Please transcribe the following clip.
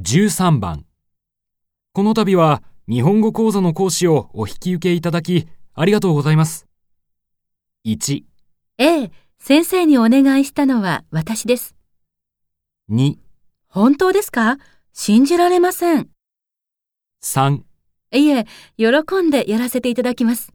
13番。この度は日本語講座の講師をお引き受けいただき、ありがとうございます。1、ええ、先生にお願いしたのは私です。 2、本当ですか信じられません。 3。いえ、喜んでやらせていただきます。